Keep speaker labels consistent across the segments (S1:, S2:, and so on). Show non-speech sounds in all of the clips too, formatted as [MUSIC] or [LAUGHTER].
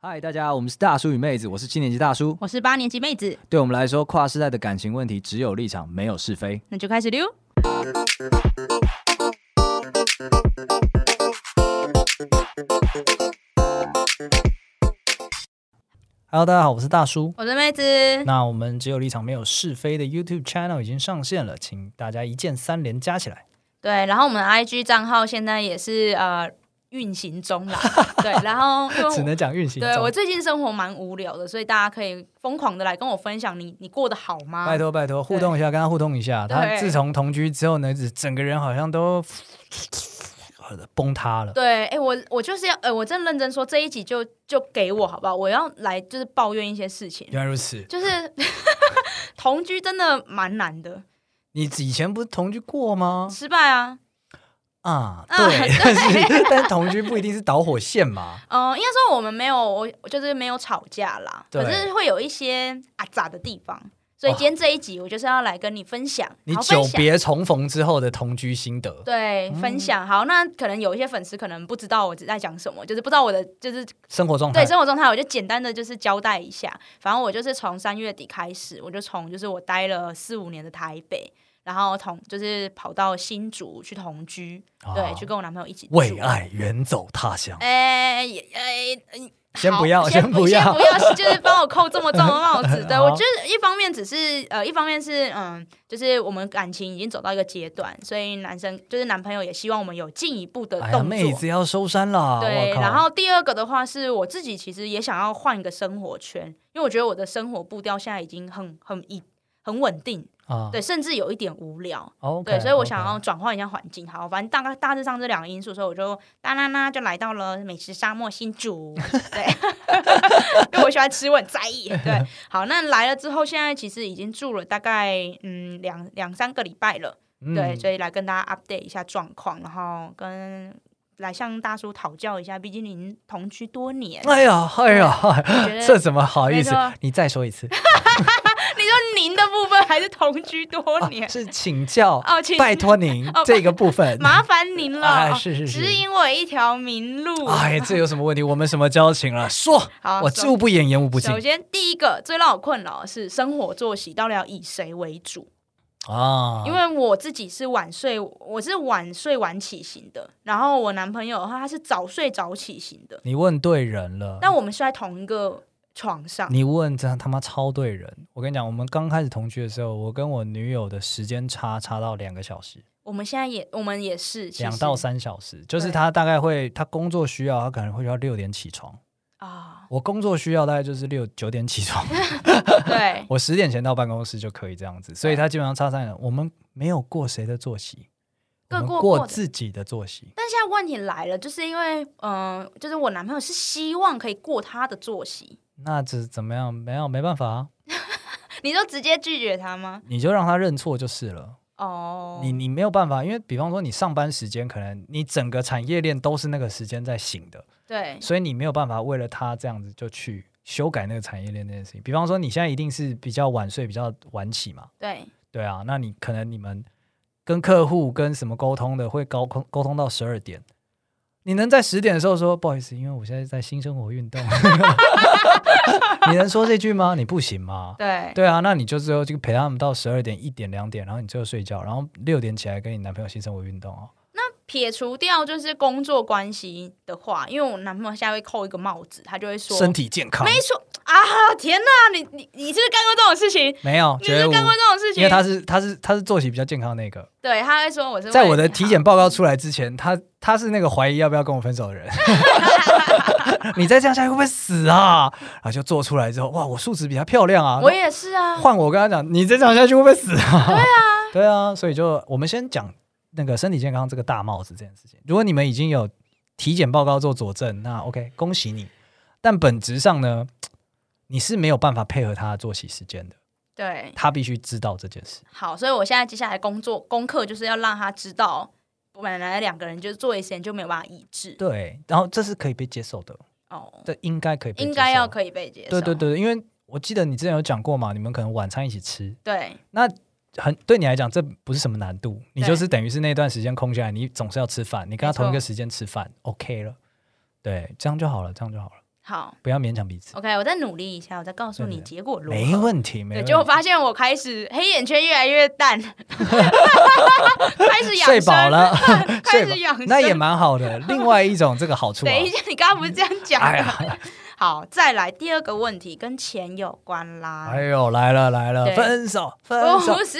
S1: 嗨，大家，我们是大叔与妹子，我是七年级大叔。
S2: 我是八年级妹子，
S1: 对我们来说，跨世代的感情问题只有立场，没有是非。
S2: 那就开始溜。
S3: Hello，大家好，我是大叔。
S2: 我是妹子，
S3: 那我们只有立场没有是非的 YouTube channel 已经上线了，请大家一键三连加起来。
S2: 对，然后我们的 IG 账号现在也是呃运行中 [LAUGHS] 啦，对，然后因为
S3: 只
S2: 我
S3: 能讲运行中。
S2: 哦对我最近生活蛮无聊的，所以大家可以疯狂的来跟我分享你你过得好吗？
S3: 拜托拜托，互动一下，跟他互动一下。
S2: 啊对
S3: 他自从同居之后呢，整个人好像都 [SNIFFS] 崩塌了。
S2: 对，哎、我我就是要，呃，我真认真说这一集就就给我好不好？我要来就是抱怨一些事情，
S3: 原来如此，
S2: 就是 [LAUGHS] 同居真的蛮难的，
S3: 你以前不是同居过吗？
S2: 失败啊，
S3: 啊，
S2: 啊
S3: 对， [LAUGHS] 但是但是同居不一定是导火线嘛。
S2: 嗯，应该说我们没有，我就是没有吵架啦，
S3: 对哦
S2: 可是会有一些啊咋的地方，所以今天这一集我就是要来跟你分享，
S3: 你
S2: 好
S3: 久
S2: 分享。
S3: 别嗯重逢之后的同居心得，
S2: 对，分享好，那可能有一些粉丝可能不知道我在讲什么，就是不知道我的就是
S3: 生活状态
S2: 对生活状态，我就简单的就是交代一下。反正我就是从三月底开始，我就从就是我待了四五年的台北，然后同就是跑到新竹去同居，
S3: 啊
S2: 对，去跟我男朋友一起住
S3: 为爱远走他乡。
S2: 哎也哎
S3: 先
S2: 好
S3: 不要，
S2: 先
S3: 不
S2: 先
S3: 要
S2: 不。要，就是帮我扣这么重的
S3: [LAUGHS]
S2: 帽子。对我
S3: 好
S2: 就是一方面只是呃，一方面是嗯，就是我们感情已经走到一个阶段，所以男生就是男朋友也希望我们有进一步的
S3: 哎呀，
S2: 动
S3: 妹
S2: 作
S3: 子。要收山啦！
S2: 对，
S3: 我靠
S2: 然后第二个的话是我自己其实也想要换一个生活圈，因为我觉得我的生活步调现在已经很很一很稳定，
S3: 啊，
S2: 对，甚至有一点无聊。
S3: ，OK，
S2: 对，所以我
S3: OK
S2: 想要转换一下环境。好，反正大概大致上这两个因素，所以我就哒啦啦就来到了美食沙漠新竹。对， [LAUGHS] 因为我喜欢吃，我很在意。对，好，那来了之后，现在其实已经住了大概嗯两两三个礼拜了。
S3: 嗯
S2: 对，所以来跟大家 update 一下状况，然后跟来向大叔讨教一下，毕竟您同居多年，
S3: 哎呀，哎呀，
S2: 我
S3: [LAUGHS]
S2: 觉
S3: 这
S2: 得
S3: 怎么好意思
S2: 没错？
S3: 你再说一次，
S2: 你说您的部分还是同居多
S3: 啊
S2: 年。
S3: 是请教，
S2: [LAUGHS] 哦，请
S3: 拜托您
S2: [LAUGHS] 哦
S3: 这个部分。
S2: 麻烦您了，
S3: 哎
S2: 哦
S3: 是是是
S2: 指引我一条明路。
S3: 哎，这有什么问题？我们什么交情了？说，
S2: 好，
S3: 我
S2: 首
S3: 知无不言，言无不尽
S2: 首先第一个最让我困扰的是生活作息到底要以谁为主？
S3: 啊。
S2: 因为我自己是晚睡，我是晚睡晚起型的，然后我男朋友的话他是早睡早起型的，
S3: 你问对人了，
S2: 但我们睡在同一个床上。
S3: 你问真的他妈超对人。我跟你讲，我们刚开始同居的时候，我跟我女友的时间差差到两个小时。
S2: 我们现在也，我们也是其实
S3: 两到三小时，就是
S2: 对
S3: 他大概会，他工作需要，他可能会要六点起床。
S2: 啊，
S3: 我工作需要大概就是六九点起
S2: [LAUGHS]
S3: 床，
S2: 对 [LAUGHS]
S3: 我十点前到办公室就可以这样子，所以他基本上差三点。我们没有过谁的作息，我
S2: 各
S3: 们
S2: 过
S3: 过
S2: 过的
S3: 自己的作息。
S2: 但现在问题来了，就是因为，嗯、就是我男朋友是希望可以过他的作息，
S3: 那只怎么样？没有没办法、啊，
S2: 你就直接拒绝他吗？
S3: 你就让他认错就是了。
S2: 哦，
S3: 你你没有办法，因为比方说你上班时间，可能你整个产业链都是那个时间在醒的，
S2: 对
S3: 所以你没有办法为了他这样子就去修改那个产业链这件事情。比方说你现在一定是比较晚睡、比较晚起嘛，
S2: 对，
S3: 对啊，那你可能你们跟客户跟什么沟通的会沟通沟通到十二点，你能在十点的时候说不好意思，因为我现在在新生活运 [LAUGHS] 动，你能说这句吗？你不行吗？
S2: 对，
S3: 对啊，那你就只有就陪他们到十二点、一点、两点，然后你最后睡觉，然后六点起来跟你男朋友新生活运动哦。
S2: 撇除掉就是工作关系的话，因为我男朋友现在会扣一个帽子，他就会说，
S3: 身体健康
S2: 没错啊，天哪，你你你是不是干过这种事情？
S3: 没有
S2: 你是不
S3: 绝
S2: 是
S3: 无，
S2: 干过这种事情？
S3: 因为他是他是他是作息比较健康的那个，
S2: 对他会说我是
S3: 在
S2: 为
S3: 我的
S2: 你
S3: 体
S2: 好
S3: 检报告出来之前，他他是那个怀疑要不要跟我分手的人。 [LAUGHS] 你再这样下去会不会死啊？然后就做出来之后，哇，我数值比他漂亮啊。
S2: 我也是啊，
S3: 换我跟他讲，你再这样下去会不会死啊？ [LAUGHS] 对啊，对啊，所以就我们先讲那个身体健康这个大帽子这件事情。如果你们已经有体检报告做佐证，那 OK，恭喜你。但本质上呢，你是没有办法配合他的作息时间的，
S2: 对，
S3: 他必须知道这件事。
S2: 好，所以我现在接下来工作功课就是要让他知道，本来两个人就是做一时间就没有办法一致。
S3: 对，然后这是可以被接受的，
S2: 哦，
S3: 这应该可以被接受，
S2: 应该要可以被接受。
S3: 对对对，因为我记得你之前有讲过嘛，你们可能晚餐一起吃，
S2: 对
S3: 那很对你来讲这不是什么难度，你
S2: 对
S3: 就是等于是那段时间空下来，你总是要吃饭，你跟他
S2: 没
S3: 同一
S2: 错
S3: 个时间吃饭，OK 了，对，这样就好了，这样就好了。
S2: 好
S3: 不要勉强彼此。
S2: ，OK，我再努力一下，我再告诉你
S3: 对对
S2: 结果如何。
S3: 没问题，没
S2: 对，
S3: 问
S2: 结果
S3: 题。
S2: 发现我开始黑眼圈越来越淡， [LAUGHS] 开始养
S3: 睡
S2: 生
S3: 饱了，
S2: [LAUGHS]
S3: 睡
S2: 开始
S3: 饱
S2: 养生。
S3: 那也蛮好的。另外一种这个好处啊
S2: 等，一下，你刚刚不是这样讲
S3: 哎
S2: 的？
S3: 呀，
S2: [LAUGHS] 好，再来第二个问题，跟钱有关啦。
S3: 哎呦，来了来了，
S2: 对哦
S3: 分手分手
S2: [LAUGHS] 不是，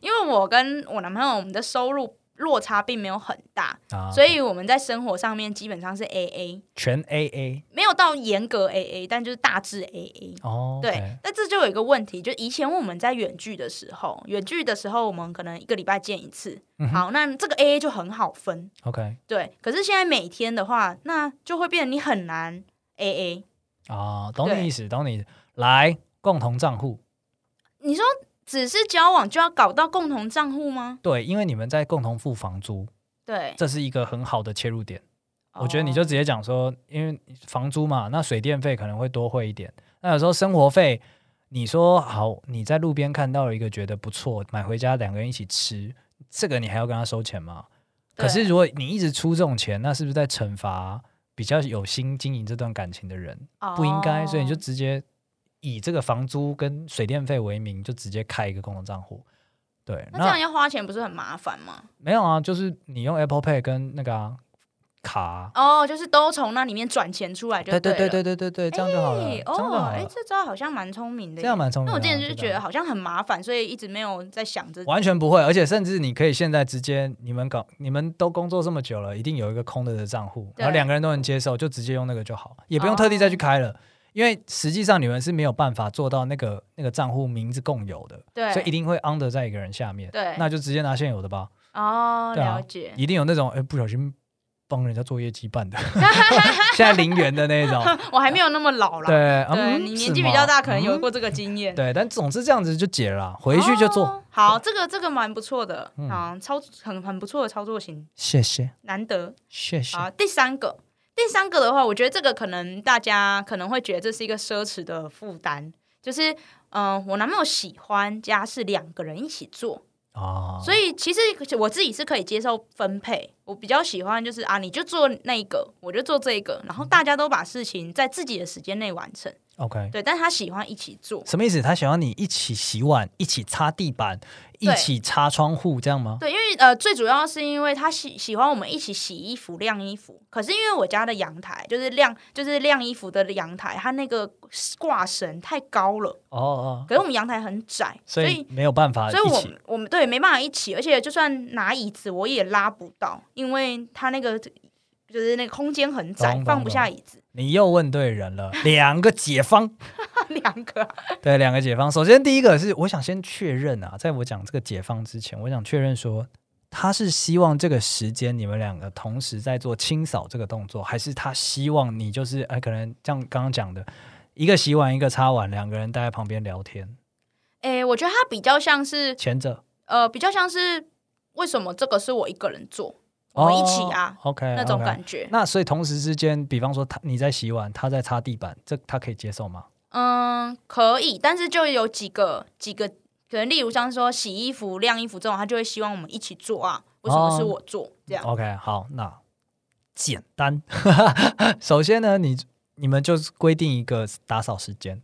S2: 因为我跟我男朋友我们的收入落差并没有很大，
S3: 啊！
S2: 所以我们在生活上面基本上是 A A，
S3: 全 A A
S2: 没有到严格 A A，但就是大致 A A。
S3: 哦，
S2: 对，，那这就有一个问题，就以前我们在远距的时候，远距的时候我们可能一个礼拜见一次，
S3: 嗯哼
S2: 好，那这个 A A 就很好分，
S3: ，OK
S2: 对。可是现在每天的话，那就会变得你很难 A A。
S3: 啊，懂
S2: 对
S3: 你意思，懂你意思。来，共同账户，
S2: 你说只是交往就要搞到共同账户吗？
S3: 对，因为你们在共同付房租，
S2: 对，
S3: 这是一个很好的切入点。我觉得你
S2: 哦
S3: 就直接讲说，因为房租嘛，那水电费可能会多汇一点。那有时候生活费，你说好，你在路边看到了一个觉得不错，买回家两个人一起吃，这个你还要跟他收钱吗？可是
S2: 对
S3: 如果你一直出这种钱，那是不是在惩罚比较有心经营这段感情的人？不应该，所以你就
S2: 哦
S3: 直接以这个房租跟水电费为名，就直接开一个共同账户。对，
S2: 那这样要花钱不是很麻烦吗？
S3: 没有啊，就是你用 Apple Pay 跟那个、啊、卡啊、
S2: 哦，就是都从那里面转钱出来就
S3: 对
S2: 对
S3: 对
S2: 了
S3: 对对对对，这样就好了，
S2: 哎
S3: 这样就
S2: 哦，
S3: 好
S2: 哎，
S3: 了，
S2: 这招好像蛮聪明
S3: 这
S2: 的耶，
S3: 样蛮聪明的啊。
S2: 那我之前就是
S3: 对吧
S2: 觉得好像很麻烦，所以一直没有在想着。
S3: 完全不会，而且甚至你可以现在直接，你们搞你们都工作这么久了，一定有一个空的的账户，
S2: 对哦
S3: 然后两个人都能接受，就直接用那个就好，也不用特地再去开了。因为实际上你们是没有办法做到那个那个账户名字共有的，
S2: 对
S3: 所以一定会 under 在一个人下面，
S2: 对
S3: 那就直接拿现有的吧。
S2: 哦，
S3: 对啊
S2: 了解。
S3: 一定有那种哎不小心帮人家做业绩办
S2: [LAUGHS]
S3: 的，现在零元的那种，
S2: 我还没有那么老啦，
S3: 对，
S2: 对
S3: 嗯
S2: 你年
S3: 是
S2: 纪
S3: 吗
S2: 比较大，可能有
S3: 嗯
S2: 过这个经验。
S3: 对，但总之这样子就解了啦，回去就做，
S2: 哦。好，这个这个蛮不错的，
S3: 嗯
S2: 啊，操很很不错的操作型，
S3: 谢谢，
S2: 难得。
S3: 谢谢。
S2: 好，第三个，第三个的话，我觉得这个可能大家可能会觉得这是一个奢侈的负担，就是嗯、呃我男朋友喜欢家事两个人一起做，
S3: 啊，
S2: 所以其实我自己是可以接受分配，我比较喜欢就是啊，你就做那个，我就做这个，然后大家都把事情在自己的时间内完成。
S3: OK，
S2: 对，但是他喜欢一起做。
S3: 什么意思？他想要你一起洗碗，一起擦地板，一
S2: 对
S3: 起擦窗户，这样吗？
S2: 对，因为呃，最主要是因为他喜喜欢我们一起洗衣服、晾衣服。可是因为我家的阳台就是晾，就是晾衣服的阳台，它那个挂绳太高了，
S3: 哦哦，
S2: 可是我们阳台很窄，
S3: 所
S2: 所
S3: 以
S2: 以
S3: 没有办法
S2: 所以
S3: 呃一
S2: 我
S3: 起
S2: 们我们对没办法一起，而且就算拿椅子我也拉不到，因为它那个就是那个空间很窄，
S3: 懂
S2: 放
S3: 懂
S2: 不下椅子。 [LAUGHS]
S3: 你又问对人了，两个解方，
S2: 两个啊
S3: 对，两个解方。首先第一个是，我想先确认啊，在我讲这个解方之前，我想确认说，他是希望这个时间你们两个同时在做清扫这个动作，还是他希望你就是哎、可能像刚刚讲的，一个洗碗，一个擦碗，两个人待在旁边聊天，
S2: 诶、我觉得它比较像是
S3: 前者
S2: 呃，比较像是为什么这个是我一个人做，我们一起啊、
S3: o k
S2: 那种感
S3: 觉。
S2: 觉。
S3: 哦那所以同时之间，比方说他你在洗碗，他在擦地板，这他可以接受吗？
S2: 嗯，可以，但是就有几个几个，可能例如像说洗衣服、晾衣服这种，他就会希望我们一起做啊。为什么是
S3: 哦
S2: 我做、这样？
S3: OK，好，那简单。 [LAUGHS] 首先呢，你你们就是规定一个打扫时间，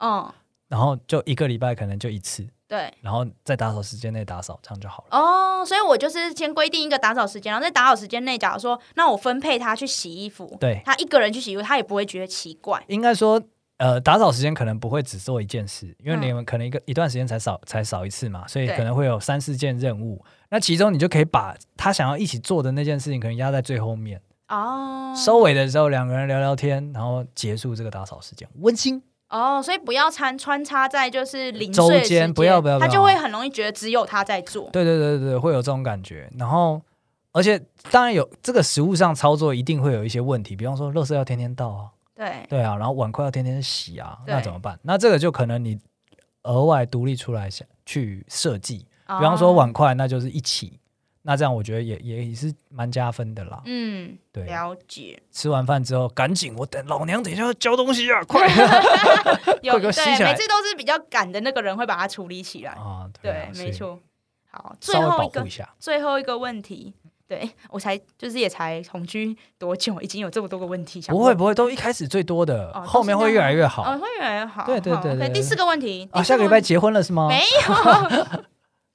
S2: 嗯，
S3: 然后就一个礼拜可能就一次，
S2: 对。
S3: 然后在打扫时间内打扫，这样就好了。
S2: 哦、所以我就是先规定一个打扫时间，然后在打扫时间内，假如说那我分配他去洗衣服，
S3: 对
S2: 他一个人去洗衣服，他也不会觉得奇怪。
S3: 应该说，呃，打扫时间可能不会只做一件事，因为
S2: 嗯
S3: 你们可能一个、一段时间才扫才扫一次嘛，所以
S2: 对
S3: 可能会有三四件任务。那其中你就可以把他想要一起做的那件事情，可能压在最后面。
S2: 哦
S3: 收尾的时候两个人聊聊天，然后结束这个打扫时间，温馨。
S2: 哦，所以不要穿穿插在就是零
S3: 周
S2: 碎的
S3: 间
S2: 时间，
S3: 不要不要不
S2: 他
S3: 要
S2: 就会很容易觉得只有他在做。
S3: 对对对对对，会有这种感觉。然后，而且当然有这个食物上操作一定会有一些问题，比方说垃圾要天天倒啊，
S2: 对，
S3: 对啊，然后碗筷要天天洗啊，
S2: 对
S3: 那怎么办？那这个就可能你额外独立出来想去设计，
S2: 比
S3: 比方说，碗筷那就是一起，那这样我觉得也也也是蛮加分的啦。
S2: 嗯，
S3: 对，
S2: 了
S3: [LAUGHS]
S2: 解。
S3: 吃完饭之后赶紧，我等老娘等一下要交东西啊，
S2: [LAUGHS]
S3: 快！
S2: 有
S3: 快给
S2: 对，
S3: 我吸起来
S2: 每次都是比较赶的那个人会把它处理起来。 [LAUGHS]
S3: 啊，
S2: 对，
S3: 啊所以
S2: 没错。好，最
S3: 稍微
S2: 后
S3: 保
S2: 一个
S3: 护一下。
S2: 最后一个问题，对我才就是也才同居多久，已经有这么多个问题想
S3: 不会
S2: 问
S3: 不会，都一开始最多的，
S2: 哦
S3: 后面会越来越好。
S2: 哦，会越来越好。
S3: 对对
S2: 好
S3: 对对
S2: OK，
S3: 对
S2: 第四个问题
S3: 啊，下个礼拜
S2: 第四
S3: 结婚了是吗
S2: 问？没有。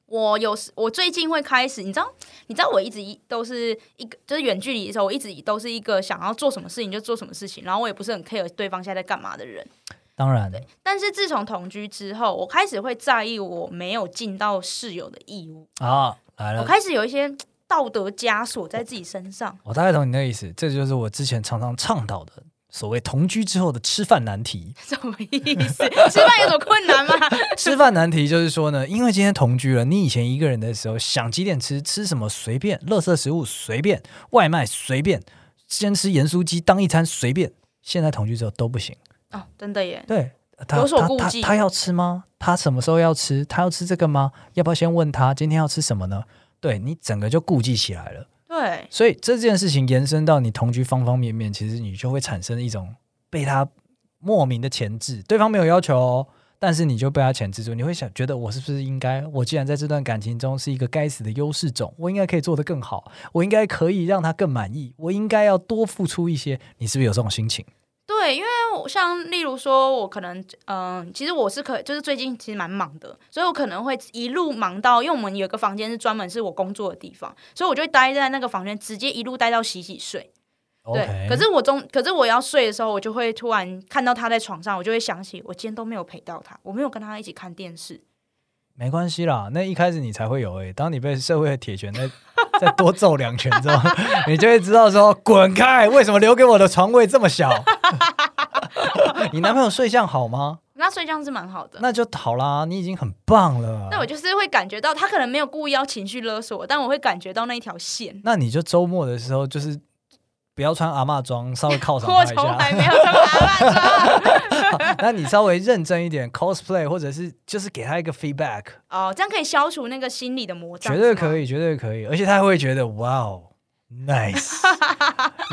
S2: 我有时我最近会开始，你知道，你知道我一直一都是一个就是远距离的时候，我一直都是一个想要做什么事情就做什么事情，然后我也不是很 care 对方现在在干嘛的人。
S3: 当然，
S2: 但是自从同居之后，我开始会在意我没有尽到室友的义务，
S3: 啊，来
S2: 我
S3: 了。
S2: 开始有一些道德枷锁在自己身上。
S3: 我大概懂你那个意思，这就是我之前常常倡导的所谓同居之后的吃饭难
S2: [LAUGHS]
S3: 题。
S2: 什么意思？ [LAUGHS] 吃饭有什么困难吗？
S3: 吃饭难题就是说呢，因为今天同居了，你以前一个人的时候想几点吃吃什么随便，垃圾食物随便，外卖随便，先吃盐酥鸡当一餐随便。现在同居之后都不行，
S2: 哦，真的耶，
S3: 对他
S2: 有所
S3: 他
S2: 顾
S3: 他
S2: 忌
S3: 他要吃吗？他什么时候要吃？他要吃这个吗？要不要先问他今天要吃什么呢？对你整个就顾忌起来了。
S2: 对，
S3: 所以这件事情延伸到你同居方方面面，其实你就会产生一种被他莫名的钳制，对方没有要求、哦。但是你就被他钳制住，你会想觉得我是不是应该？我既然在这段感情中是一个该死的优势种，我应该可以做得更好，我应该可以让他更满意，我应该要多付出一些。你是不是有这种心情？
S2: 对，因为我像例如说，我可能嗯、其实我是可就是最近其实蛮忙的，所以我可能会一路忙到，因为我们有一个房间是专门是我工作的地方，所以我就会待在那个房间，直接一路待到洗洗睡。对
S3: OK
S2: 可是我中，可是我要睡的时候，我就会突然看到他在床上，我就会想起我今天都没有陪到他，我没有跟他一起看电视。
S3: 没关系啦，那一开始你才会有诶、当你被社会的铁拳 [LAUGHS] 再再多揍两拳之后， [LAUGHS] 你就会知道说滚开，为什么留给我的床位这么小？ [LAUGHS] 你男朋友睡相好吗？
S2: 那睡觉是蛮好的。
S3: 那就好啦，你已经很棒了。
S2: 那我就是会感觉到他可能没有故意要情绪勒索我，但我会感觉到那一条线。
S3: 那你就周末的时候就是不要穿阿嬷装，稍微犒赏
S2: 我
S3: 他一
S2: 从来
S3: 下。
S2: 没有这么阿爸
S3: [LAUGHS] 那你稍微认真一点 cosplay，或者是就是给他一个 feedback，
S2: 哦，这样可以消除那个心理的魔障，
S3: 绝对
S2: 是吗
S3: 可。以，绝对可以，而且他会觉得哇哦，nice。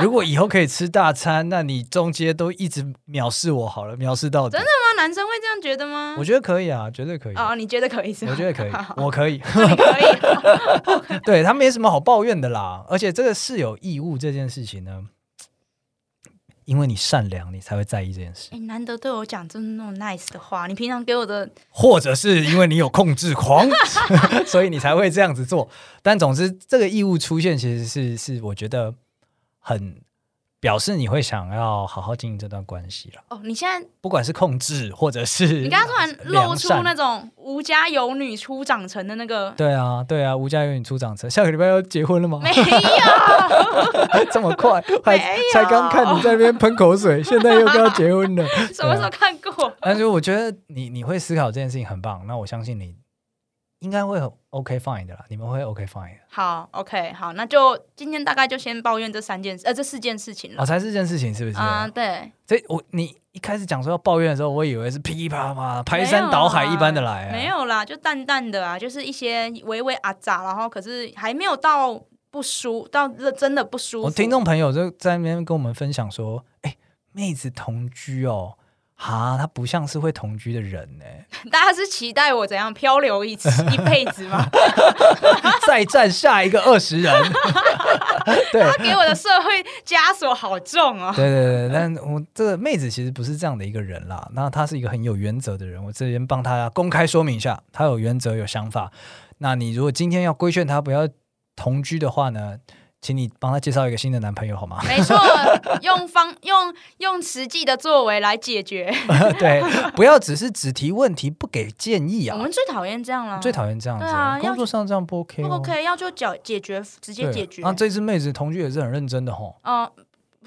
S3: 如果以后可以吃大餐，那你中间都一直藐视我好了，藐视到底。真的
S2: 那啊男生会这样觉得吗？
S3: 我觉得可以啊，绝对可以。
S2: 哦，你觉得可以是吗？
S3: 我觉得可以
S2: [LAUGHS] 好，
S3: 我可以， [LAUGHS]
S2: 那你可以。
S3: 对他没什么好抱怨的啦。而且这个是有义务这件事情呢，因为你善良，你才会在意这件事，
S2: 哎，难得对我讲这么那种 nice 的哦话，你平常给我的
S3: 或者是因为你有控制狂， [LAUGHS] 所以你才会这样子做。但总之，这个义务出现，其实是是我觉得很表示你会想要好好经营这段关系了。
S2: 哦，你现在
S3: 不管是控制，或者是
S2: 你刚刚突然露
S3: 良
S2: 出
S3: 善
S2: 那种吴家有女初长成的那个，
S3: 对啊，对啊，吴家有你出长成，下个礼拜要结婚了吗？
S2: 没啊有，
S3: [LAUGHS] 这么快，还
S2: 没有
S3: 才刚看你在那边喷口
S2: [LAUGHS]
S3: 水，现在又跟要结婚了。
S2: 什么
S3: 对
S2: 时候
S3: 啊
S2: 看过？
S3: 但是我觉得你你会思考这件事情很棒，那我相信你应该会很 OK fine 的啦，你们会 OK fine 的。
S2: 好，OK，好，那就今天大概就先抱怨这三件事，呃，这四件事情了
S3: 哦，。才是这件事情是不是？
S2: 啊、对，
S3: 所以我你一开始讲说要抱怨的时候，我以为是噼里啪啦排山倒海一般的来、啊
S2: 没，有啊啦，就淡淡的啊，就是一些微微啊咋，然后可是还没有到不舒，到真的不舒服。
S3: 我听众朋友就在那边跟我们分享说，哎、妹子同居哦。哈，她不像是会同居的人呢、 [LAUGHS]
S2: 大家是期待我怎样漂流一次一辈
S3: [LAUGHS]
S2: 子吗？
S3: 再战下一个二十人。 [LAUGHS] 对，
S2: 他给我的社会枷锁好重 [LAUGHS] 哦。
S3: 对对对，但我这个妹子其实不是这样的一个人啦。那她是一个很有原则的人，我这边帮她公开说明一下，她有原则有想法。那你如果今天要规劝她不要同居的话呢，请你帮她介绍一个新的男朋友
S2: [LAUGHS]
S3: 好吗？
S2: 没错，用方 [LAUGHS] 用用实际的作为来解决，
S3: 对，不要只是只提问题不给建议
S2: 我
S3: 啊，
S2: 们最讨厌这样了。
S3: 最讨厌这样子、
S2: 哦对啊要
S3: 工作上这样不 OK
S2: 不
S3: 哦。
S2: OK，要就解解决，直接
S3: 对
S2: 解决。
S3: 啊，这只妹子同居也是很认真的吼，
S2: 哦，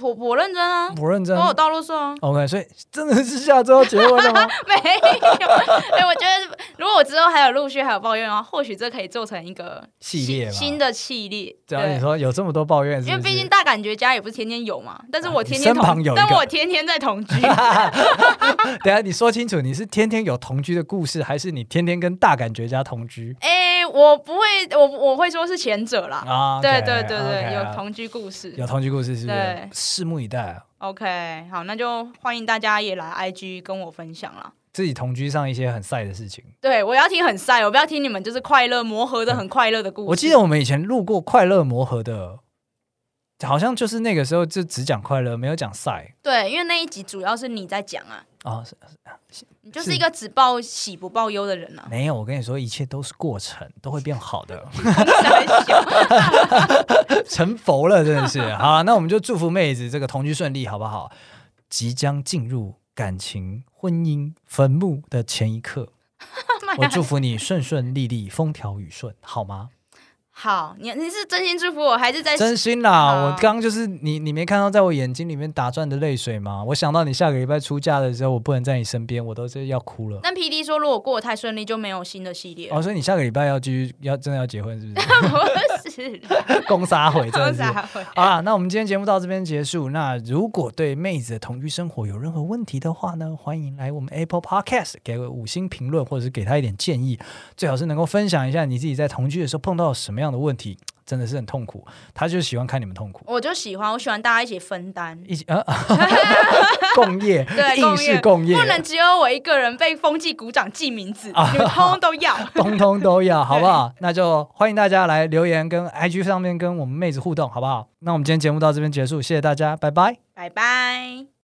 S2: 我我认真啊，
S3: 不认
S2: 都
S3: 真。
S2: 有道路啊上。
S3: OK，所以真的是下周要结婚
S2: [LAUGHS]
S3: 了吗？
S2: 没有， [LAUGHS] 哎、我觉得如果我之后还有陆续还有抱怨的话，或许这可以做成一个
S3: 系列吧
S2: 新新的系列。
S3: 只要啊你
S2: 对，
S3: 说有这么多抱怨是不是，啊
S2: 因为毕竟大感觉家也不是天天有嘛，但是我天
S3: 你
S2: 天
S3: 身
S2: 同，
S3: 旁有一个
S2: 但我天天在同
S3: [LAUGHS]
S2: 居。
S3: 等一下，你说清楚，你是天天有同居的故事，还是你天天跟大感觉家同居
S2: 哎、我不会，我我会说是前者啦。
S3: 啊
S2: 对
S3: OK，
S2: 对对对
S3: OK，
S2: 有
S3: 啊
S2: 同居故事。
S3: 有同居故事，是不
S2: 对
S3: 是？拭目以待啊！
S2: OK，好，那就欢迎大家也来 IG 跟我分享啦。
S3: 自己同居上一些很晒的事情。
S2: 对我要听很晒，我不要听你们就是快乐磨合的很快乐的故事。
S3: 我记得我们以前录过快乐磨合的，好像就是那个时候就只讲快乐，没有讲晒
S2: 对，因为那一集主要是你在讲啊，
S3: 啊。是。
S2: 你就是是一个只报喜不报忧的人啊
S3: [LAUGHS] 没有，我跟你说，一切都是过程，都会变好
S2: [LAUGHS]
S3: 的。
S2: 很小
S3: [LAUGHS] 成佛了，真的是。好那我们就祝福妹子这个同居顺利，好不好？即将进入感情、婚姻坟墓的前一刻，我祝福你顺顺利利、风调雨顺，好吗？
S2: 好，你你是真心祝福我，还是在
S3: 真心啦，
S2: 哎好
S3: 我刚刚就是你，你没看到在我眼睛里面打转的泪水吗？我想到你下个礼拜出嫁的时候，我不能在你身边，我都是要哭了。
S2: 但 P D 说，如果过得太顺利，就没有新的系列。 [LAUGHS]
S3: 哦，所以你下个礼拜要继续要真的要结婚是不是？
S2: 不
S3: [LAUGHS]
S2: 是啦，
S3: 公杀回真的是。啊
S2: 傻会
S3: 好啦，那我们今天节目到这边结束。那如果对妹子的同居生活有任何问题的话呢，欢迎来我们 Apple Podcast 给个五星评论，或者是给他一点建议，最好是能够分享一下你自己在同居的时候碰到什么样的问题，真的是很痛苦。他就喜欢看你们痛苦，
S2: 我就喜欢，我喜欢大家一起分担。
S3: 一起啊， [LAUGHS] 共业，
S2: [LAUGHS] 对，
S3: 硬是共业，啊
S2: 不能只有我一个人被风纪鼓掌记名字，你们通通都要。
S3: 通通都要，好不好？那就欢迎大家来留言跟 IG 上面跟我们妹子互动，好不好？那我们今天节目到这边结束，谢谢大家，拜拜。
S2: 拜拜。